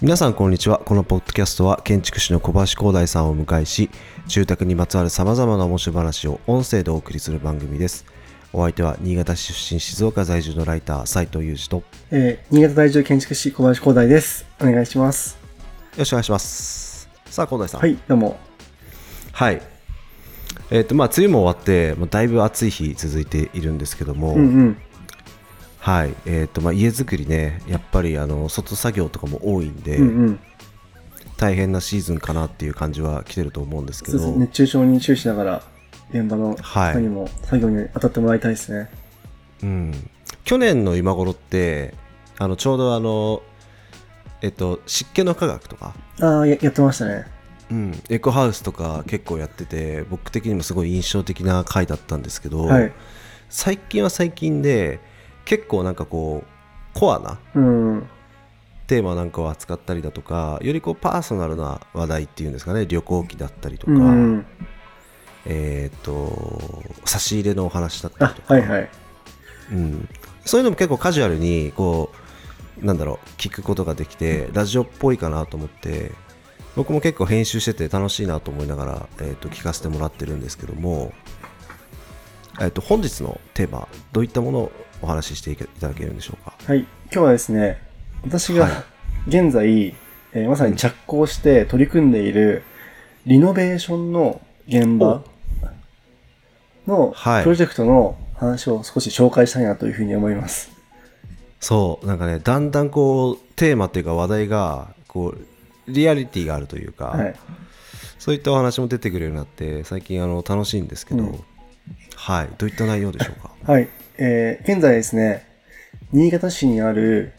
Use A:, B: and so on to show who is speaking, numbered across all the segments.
A: 皆さんこんにちはこのポッドキャストは建築士の小橋光大さんをお迎えし住宅にまつわるさまざまな面白話を音声でお送りする番組ですお相手は新潟市出身静岡在住のライター斉藤裕二とよ
B: えー、新潟大住建築士小林光大です。お願いします。
A: ろしくお願いしますさあ光大さん
B: はい、どうも。
A: はいえっ、とまあ梅雨も終わってもうだいぶ暑い日続いているんですけども、
B: うんうん。
A: はいえっ、とまあ家づくりねやっぱりあの外作業とかも多いんで、
B: うんうん。
A: 大変なシーズンかなっていう感じは来てると思うんですけ
B: そう
A: ど
B: ですね。熱中症に注意しながら、現場の
A: はい
B: 人にも作業に当たってもらいたいですね。
A: うん、去年の今頃ってあのちょうどあの、えっと、湿気の科学とか、
B: ああ、ややってましたね。
A: うん、エコハウスとか結構やってて僕的にもすごい印象的な回だったんですけど、
B: はい。
A: 最近は最近で結構なんかこうコアな
B: うん。うん
A: テーマなんかを扱ったりだとかよりこうパーソナルな話題っていうんですかね旅行記だったりとか、
B: うん。
A: えーっと差し入れのお話だったり
B: あ
A: と、か、
B: はいはい。
A: うん、そういうのも結構カジュアルにこうなんだろう聞くことができてラジオっぽいかなと思って僕も結構編集してて楽しいなと思いながら、えー、と聞かせてもらってるんですけども、えー、と本日のテーマどういったものをお話ししていただけるんでしょうか
B: はい。今日はですね、私が
A: はい
B: 現在、えーまさに着工して取り組んでいるリノベーションの現場の
A: はい
B: プロジェクトの話を少し紹介したいなというふうに思います。
A: そうなんかねだんだんこうテーマというか話題がこうリアリティがあるというか、
B: はい。
A: そういったお話も出てくるようになって最近あの楽しいんですけど、
B: うん
A: はいどういった内容でしょうか
B: はい。えー現在ですね、新潟市にある、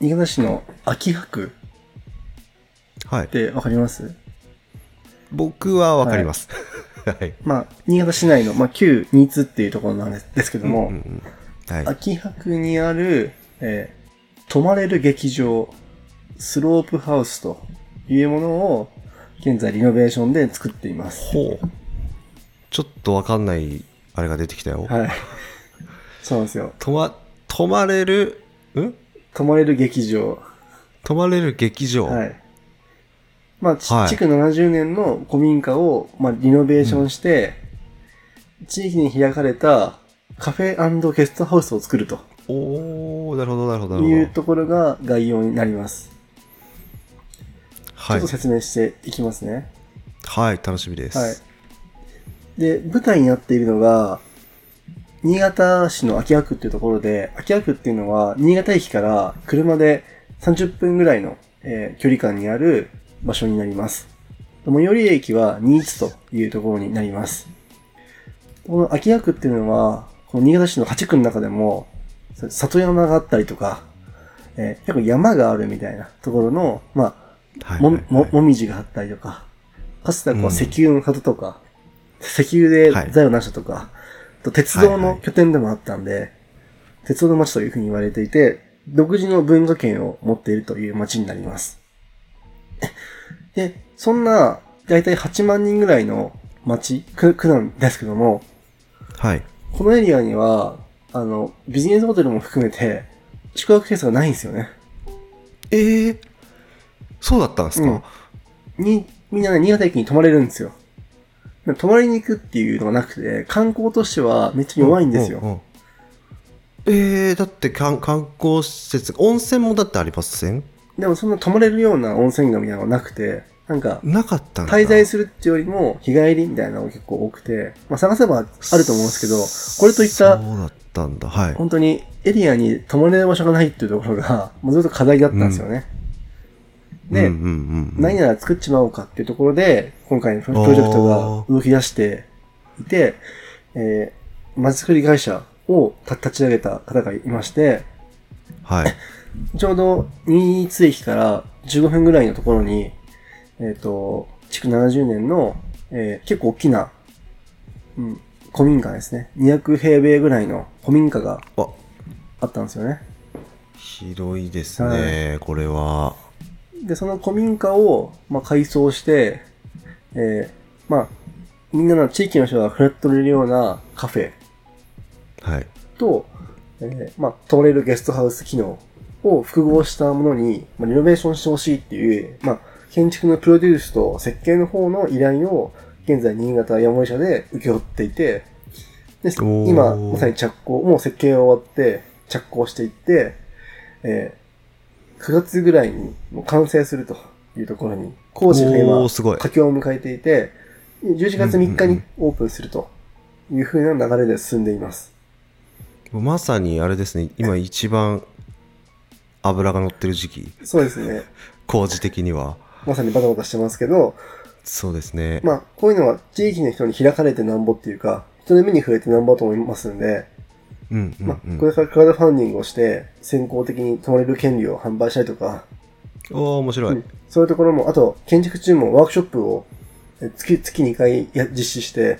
B: 新潟市の秋葉区
A: はい
B: ってわかります
A: 僕はわかります。はい。
B: まあ、新潟市内の、まあ、旧新津っていうところなんですですけども、
A: うんうんはい。
B: 秋葉区にある、えー泊まれる劇場、スロープハウスというものを、現在リノベーションで作っています。
A: ほう。ちょっとわかんないあれが出てきたよ。
B: はい。そうなんですよ。
A: 泊ま、泊まれる、ん
B: 泊まれる劇場。
A: 泊まれる劇場。
B: はい。まあ、ち
A: はい
B: 築70年の古民家を、まあ、リノベーションして、地域に開かれたカフェゲストハウスを作ると
A: おー、なるほど、なるほど、な
B: いう
A: るほ
B: ところが概要になります。
A: ど。はい
B: ちょっと。説明していきますね。
A: はい、楽しみです。
B: はい。で、舞台になっているのが、新潟市の秋葉区っていうところで、秋葉区っていうのは、新潟駅から車で30分ぐらいの、えー距離感にある場所になります。最寄り駅は新津というところになります。この秋葉区っていうのは、この新潟市の8区の中でも、そう里山があったりとか、えー結構山があるみたいなところの、まあ、
A: はい。
B: も、
A: はい
B: も、もみじがあったりとか、かつてはこ
A: うん
B: う石油の里とか、石油で
A: はい
B: 財を成したとか、あと鉄道
A: はいは
B: の
A: い
B: 拠点でもあったんで、鉄道の街というふうに言われていて、独自の文化圏を持っているという街になります。で、そんな、だいたい8万人ぐらいの街、区、区なんですけども、
A: はい。
B: このエリアには、あの、ビジネスホテルも含めて、宿泊施設がないんですよね。
A: えー、そうだったんですか、
B: うんに、みんなね、新潟駅に泊まれるんですよ。泊まりに行くっていうのがなくて、観光としてはめっちゃ弱いんですよ。
A: ううえー、だって観観光施設、温泉もだってありません
B: でもそんな泊まれるような温泉街みたいなのがなくて、なんか、
A: なかったんだ
B: 滞在するっていうよりも日帰りみたいなのが結構多くて、まあ探せばあると思うんですけど、これといった
A: そうだったんだ。はい。
B: 本当にエリアに泊まれる場所がないっていうところが、もうずっと課題だったんですよね。で、
A: うんうんうん、
B: 何なら作っちまおうかっていうところで、今回のプロジェクトが動き出していて、えー、まちづくり会社を立立ち上げた方がいまして、
A: はい。
B: ちょうど新津駅から15分ぐらいのところに、えっ、と、築70年の、えー結構大きな、うん、古民家ですね。200平米ぐらいの古民家が
A: あ
B: あったんですよね。
A: 広いですね、これは。
B: で、その古民家を、まあ、改装して、えーまあ、みんなの地域の人がフラッとれるようなカフェ
A: はい。
B: と、えーまあ、泊まれるゲストハウス機能を複合したものに、まあ、リノベーションしてほしいっていう、まあ、建築のプロデュースと設計の方の依頼を現在新潟山森社で請け負っていて、
A: お
B: で
A: ー
B: 今、まさに着工、もう設計が終わって、着工していって、えー9月ぐらいにもう完成するというところに、工事が
A: お
B: 今
A: ー、、すごい。
B: 佳境を迎えていて、11月3日にオープンするという風な流れで進んでいます。
A: まさにあれですね、今一番脂が乗ってる時期、
B: そうですね。
A: 工事的には。
B: まさにバタバタしてますけど、
A: そうですね。
B: まあ、こういうのは地域の人に開かれてなんぼっていうか、人の目に触れてなんぼだと思いますんで、
A: うんうん
B: ま
A: う
B: あ、
A: ん
B: こ。れからクラウドファンディングをして、先行的に泊まれる権利を販売したりとか、
A: おお面白い
B: うん。そういうところも、あと、建築注文ワークショップをえ月月2回や実施して、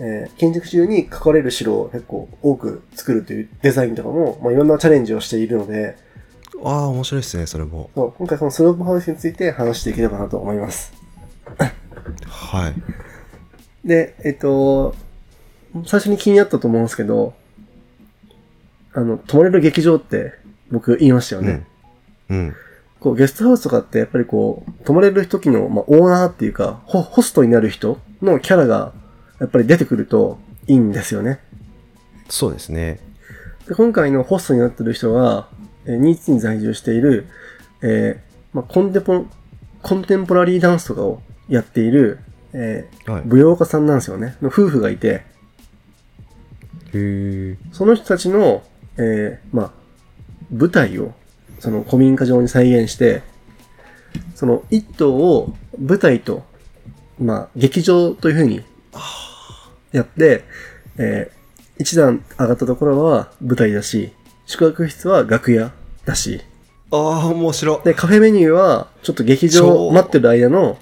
B: えー建築中に書かれる城を結構多く作るというデザインとかも、まあ、いろんなチャレンジをしているので、
A: ああ、面白いですね、それも。
B: そう今回このスロープハウスについて話していければなと思います。
A: はい。
B: で、えっと、最初に気になったと思うんですけど、あの、泊まれる劇場って僕言いましたよね。
A: うん。うん。
B: こう、ゲストハウスとかってやっぱりこう、泊まれる時の、まあ、オーナーっていうかホ、ホストになる人のキャラがやっぱり出てくるといいんですよね。
A: そうですね。
B: で今回のホストになってる人は、えーニーツに在住している、えーまあ、コンテポ、コンテンポラリーダンスとかをやっている、え
A: はい
B: ー。舞踊家さんなんですよね。の夫婦がいて、
A: へえ。
B: その人たちの、えーまあ、舞台を、その古民家上に再現して、その一棟を舞台と、まあ、劇場というふうにやって、えー一段上がったところは舞台だし、宿泊室は楽屋だし、
A: ああ、面白い。
B: で、カフェメニューは、ちょっと劇場
A: 超
B: 待ってる間の、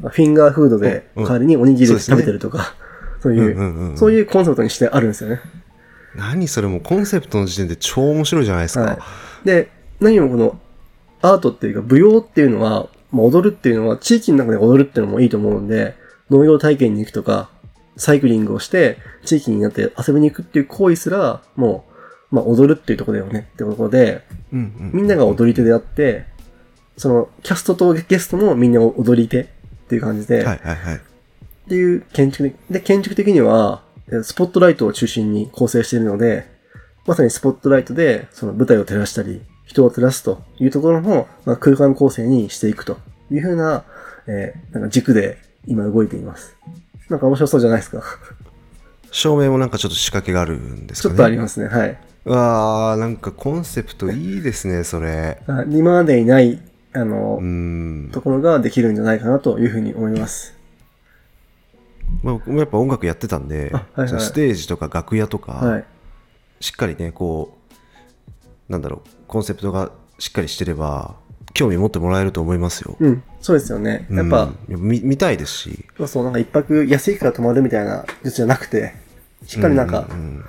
B: フィンガーフードで
A: うんう
B: 代
A: ん
B: わりにおにぎり
A: そう
B: を
A: ですね
B: 食べてるとか、そう
A: うん
B: いうう、
A: んうん。
B: そう
A: う。
B: いうコンセプトにしてあるんですよね。
A: 何それもうコンセプトの時点で超面白いじゃないです
B: は
A: か。
B: い。で、何もこのアートっていうか舞踊っていうのは、まあ、踊るっていうのは地域の中で踊るっていうのもいいと思うんで、農業体験に行くとか、サイクリングをして地域になって遊びに行くっていう行為すら、もう、まあ踊るっていうところだよねってことで、
A: うんうん。
B: みんなが踊り手であって、そのキャストとゲストもみんな踊り手っていう感じで、
A: はいはいはい。
B: っていう建築的で、建築的には、えースポットライトを中心に構成しているので、まさにスポットライトで、その舞台を照らしたり、人を照らすというところの、まあ、空間構成にしていくというふうな、えーなんか軸で今動いています。なんか面白そうじゃないですか。
A: 照明もなんかちょっと仕掛けがあるんです
B: ち
A: か
B: ょ
A: ね。
B: っとありますね。はい。
A: わあ、なんかコンセプトいいですね、それ。
B: あ今までにない、あ
A: う
B: の、
A: ーん。
B: ところができるんじゃないかなというふうに思います。
A: まあ、僕もやっぱ音楽やってたんで、
B: あはいはい
A: そのステージとか楽屋とか、
B: はい。
A: しっかりね、こう、なんだろう、コンセプトがしっかりしてれば、興味持ってもらえると思いますよ。
B: うん。そうですよね。やっぱ、
A: うんみ見たいですし、
B: そうそう、なんか一泊安いから泊まるみたいなやつじゃなくて、しっかりなんか
A: う、ん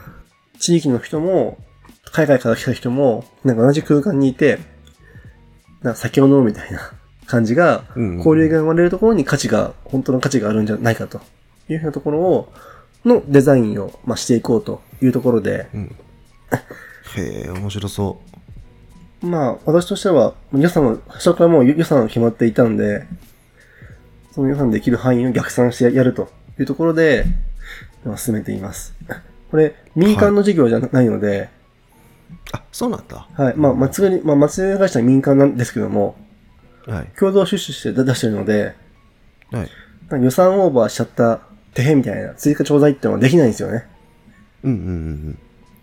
B: 地域の人も、海外から来た人も、なんか同じ空間にいて、なんか酒を飲むみたいな感じが、
A: うんうん
B: 交流が生まれるところに価値が、本当の価値があるんじゃないかというふうなところを、のデザインを、まあ、していこうというところで、
A: うんへえ、面白そう。
B: まあ、私としては、予算を、最初からもう予算が決まっていたんで、その予算できる範囲を逆算してやるというところで、まあ進めています。これ、民間の事業じゃないので、
A: あ、そうなんだ。
B: はい。まあ、祭り、まあ、祭りに関しては民間なんですけども、
A: はい。
B: 共同出資して出出してるので、
A: はい。
B: なんか予算オーバーしちゃった、てへみたいな、追加調剤ってのはできないんですよね。
A: うんうんうん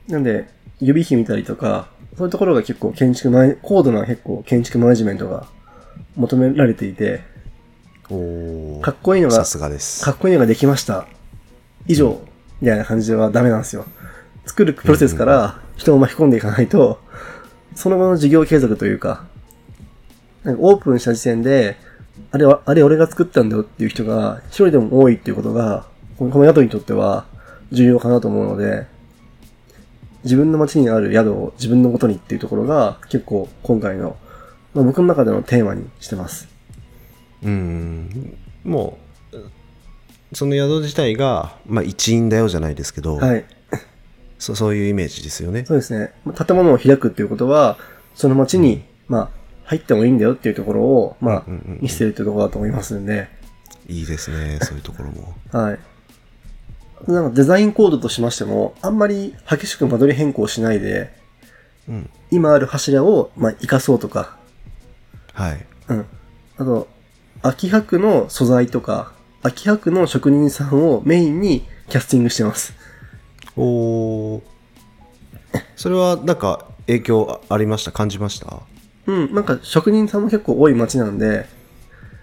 B: なんで、予備費見たりとか、そういうところが結構建築マネ、高度な結構建築マネジメントが求められていて、
A: うん。おお
B: かっこいいのが
A: さ、すがです。
B: かっこいいのができました。以上、みたいな感じではダメなんですよ。作るプロセスから人を巻き込んでいかないと、その後の事業継続というか、なんかオープンした時点で、あれは、あれ俺が作ったんだよっていう人が一人でも多いっていうことが、このこの宿にとっては重要かなと思うので、自分の街にある宿を自分のことにっていうところが結構今回の、まあ、僕の中でのテーマにしてます。
A: うん。もう、その宿自体が、まあ、一員だよじゃないですけど、
B: はい。
A: そそういうイメージですよね。
B: そうですね。建物を開くっていうことは、その街に、まあ、入ってもいいんだよっていうところを、まあ
A: うんうんうん、
B: 見せてるっていうところだと思いますんで、
A: いいですね、 そういうところも。
B: はい。なんかデザインコードとしましても、あんまり激しく間取り変更しないで、
A: うん。
B: 今ある柱を、まあ、生かそうとか、
A: はい。
B: うん。あと、秋葉区の素材とか、秋葉区の職人さんをメインにキャスティングしてます。
A: おーそれはなんか影響あありました感じました
B: うん、なんか職人さんも結構多い街なんで、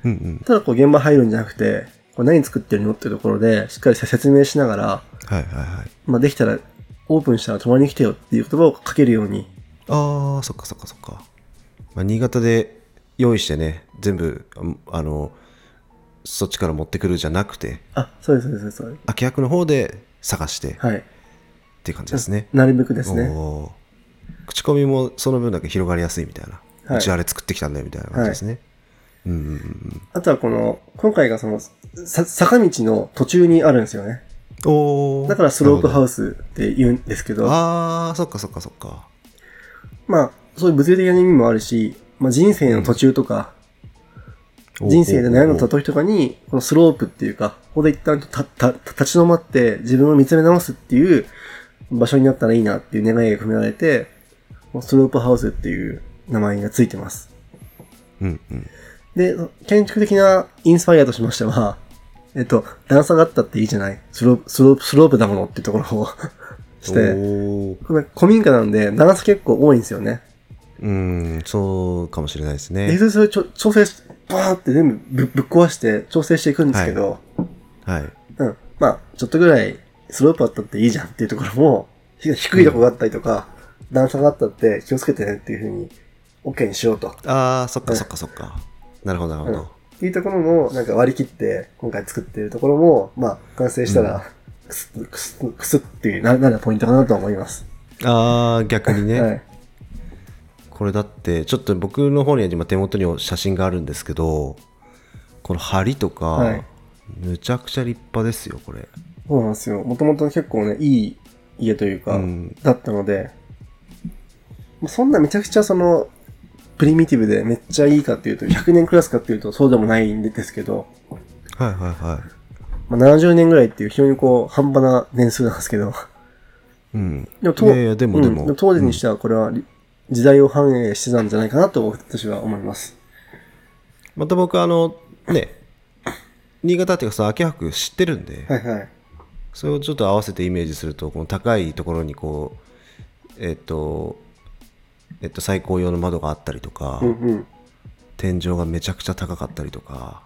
A: うんうん。
B: ただこう現場入るんじゃなくて、これ何作ってるのっていうところで、しっかり説明しながら、
A: はいはいはい。
B: まあ、できたら、オープンしたら泊まりに来てよっていう言葉をかけるように。
A: ああ、そっかそっかそっか。まあ、新潟で用意してね、全部、ああの、そっちから持ってくるじゃなくて、
B: あ、そうです、そうです、そうです。
A: 秋葉区の方で探してっ
B: はい。
A: ていう感じですね。
B: なるべくですね。
A: おー口コミもその分だけ広がりやすいみたいな。
B: はいう
A: ちあれ作ってきたんだよみたいな感じですね。うんうんうん
B: あとはこの、今回がその、さ坂道の途中にあるんですよね。
A: うん。おー
B: だからスロープハ
A: なる
B: ウスって言うんですけ
A: ほ
B: ど
A: ど、ああ、そっかそっかそっか。
B: まあ、そういう物理的な意味もあるし、まあ、人生の途中とか、
A: おー
B: 人生で悩んだ時とかに、このスロープっていうか、ここで一旦たたた立ち止まって自分を見つめ直すっていう場所になったらいいなっていう願いが込められて、このスロープハウスっていう名前がついてます。
A: うんうん。
B: で、建築的なインスパイアとしましては、えっと、段差があったっていいじゃない。スロープ、スロープ、スロープだものっていうところを して、
A: おー
B: これ古民家なんで段差結構多いんですよね。
A: うん、そうかもしれないです
B: で、
A: ね
B: そ。れそれちょ調整し、バーって全部ぶぶっ壊して調整していくんですけど、
A: はい。
B: うん。まあ、ちょっとぐらいスロープあったっていいじゃんっていうところも、ひ低いとこがあったりとか、段差があったって気をつけてねっていうふうに、OK にしようと。
A: ああ、そっかそっかそっか。なるほど、なるほど。
B: っていうところも、なんか割り切って、今回作ってるところも、まあ、完成したら、くすっ、くすっ、くすっっていう、な、なるポイントかなと思います。
A: ああ、逆にね、
B: はい。
A: これだって、ちょっと僕の方には今手元に写真があるんですけど、この梁とか、
B: はい
A: むちゃくちゃ立派ですよ、これ。
B: そうなんですよ。もともと結構ね、いい家というか、
A: うん
B: だったので、まあそんなめちゃくちゃその、プリミティブでめっちゃいいかっていうと、100年クラスかっていうとそうでもないんですけど、
A: はいはいはい。
B: まあ、70年ぐらいっていう非常にこう、半端な年数なんです けど。
A: うん。
B: でも当
A: いやいやでも
B: うん
A: でも
B: 当時にしてはこれは、時代を反映してたんじゃないかなと僕私は思います。
A: また僕、あの、ね、新潟っていうかさ、秋葉区知ってるんで、
B: はいはい。
A: それをちょっと合わせてイメージするとこの高いところにこうえっ、とえっ、と最高用の窓があったりとか、
B: うんうん。
A: 天井がめちゃくちゃ高かったりとか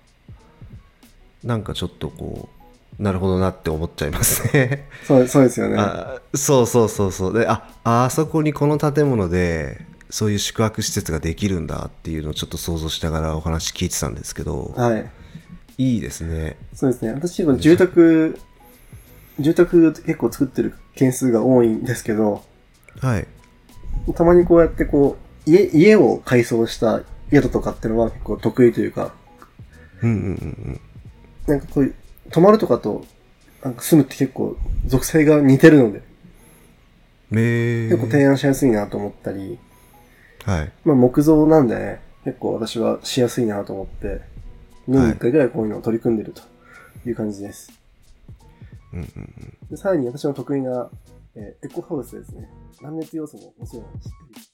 A: なんかちょっとこうなるほどなって思っちゃいますね
B: そうそうですよね。は
A: あそうそうそうそうでああそこにこの建物でそういう宿泊施設ができるんだっていうのをちょっと想像しながらお話聞いてたんですけど
B: い。
A: いいですね
B: そうですね。私、この住宅、住宅結構作ってる件数が多いんですけど、
A: はい
B: たまにこうやってこう、家、家を改装した宿とかってのは結構得意というか、
A: うんうんうん
B: なんかこういう、泊まるとかと、なんか住むって結構属性が似てるので、
A: うんえ
B: 結構提案しやすいなと思ったり、
A: はい
B: まあ、木造なんでね、結構私はしやすいなと思って、年に1回ぐらいこういうのを取り組んでるという感じです。
A: うんうんうん
B: でさらに私の得意な、えーエコハウスですね。断熱要素ももちろん知っている。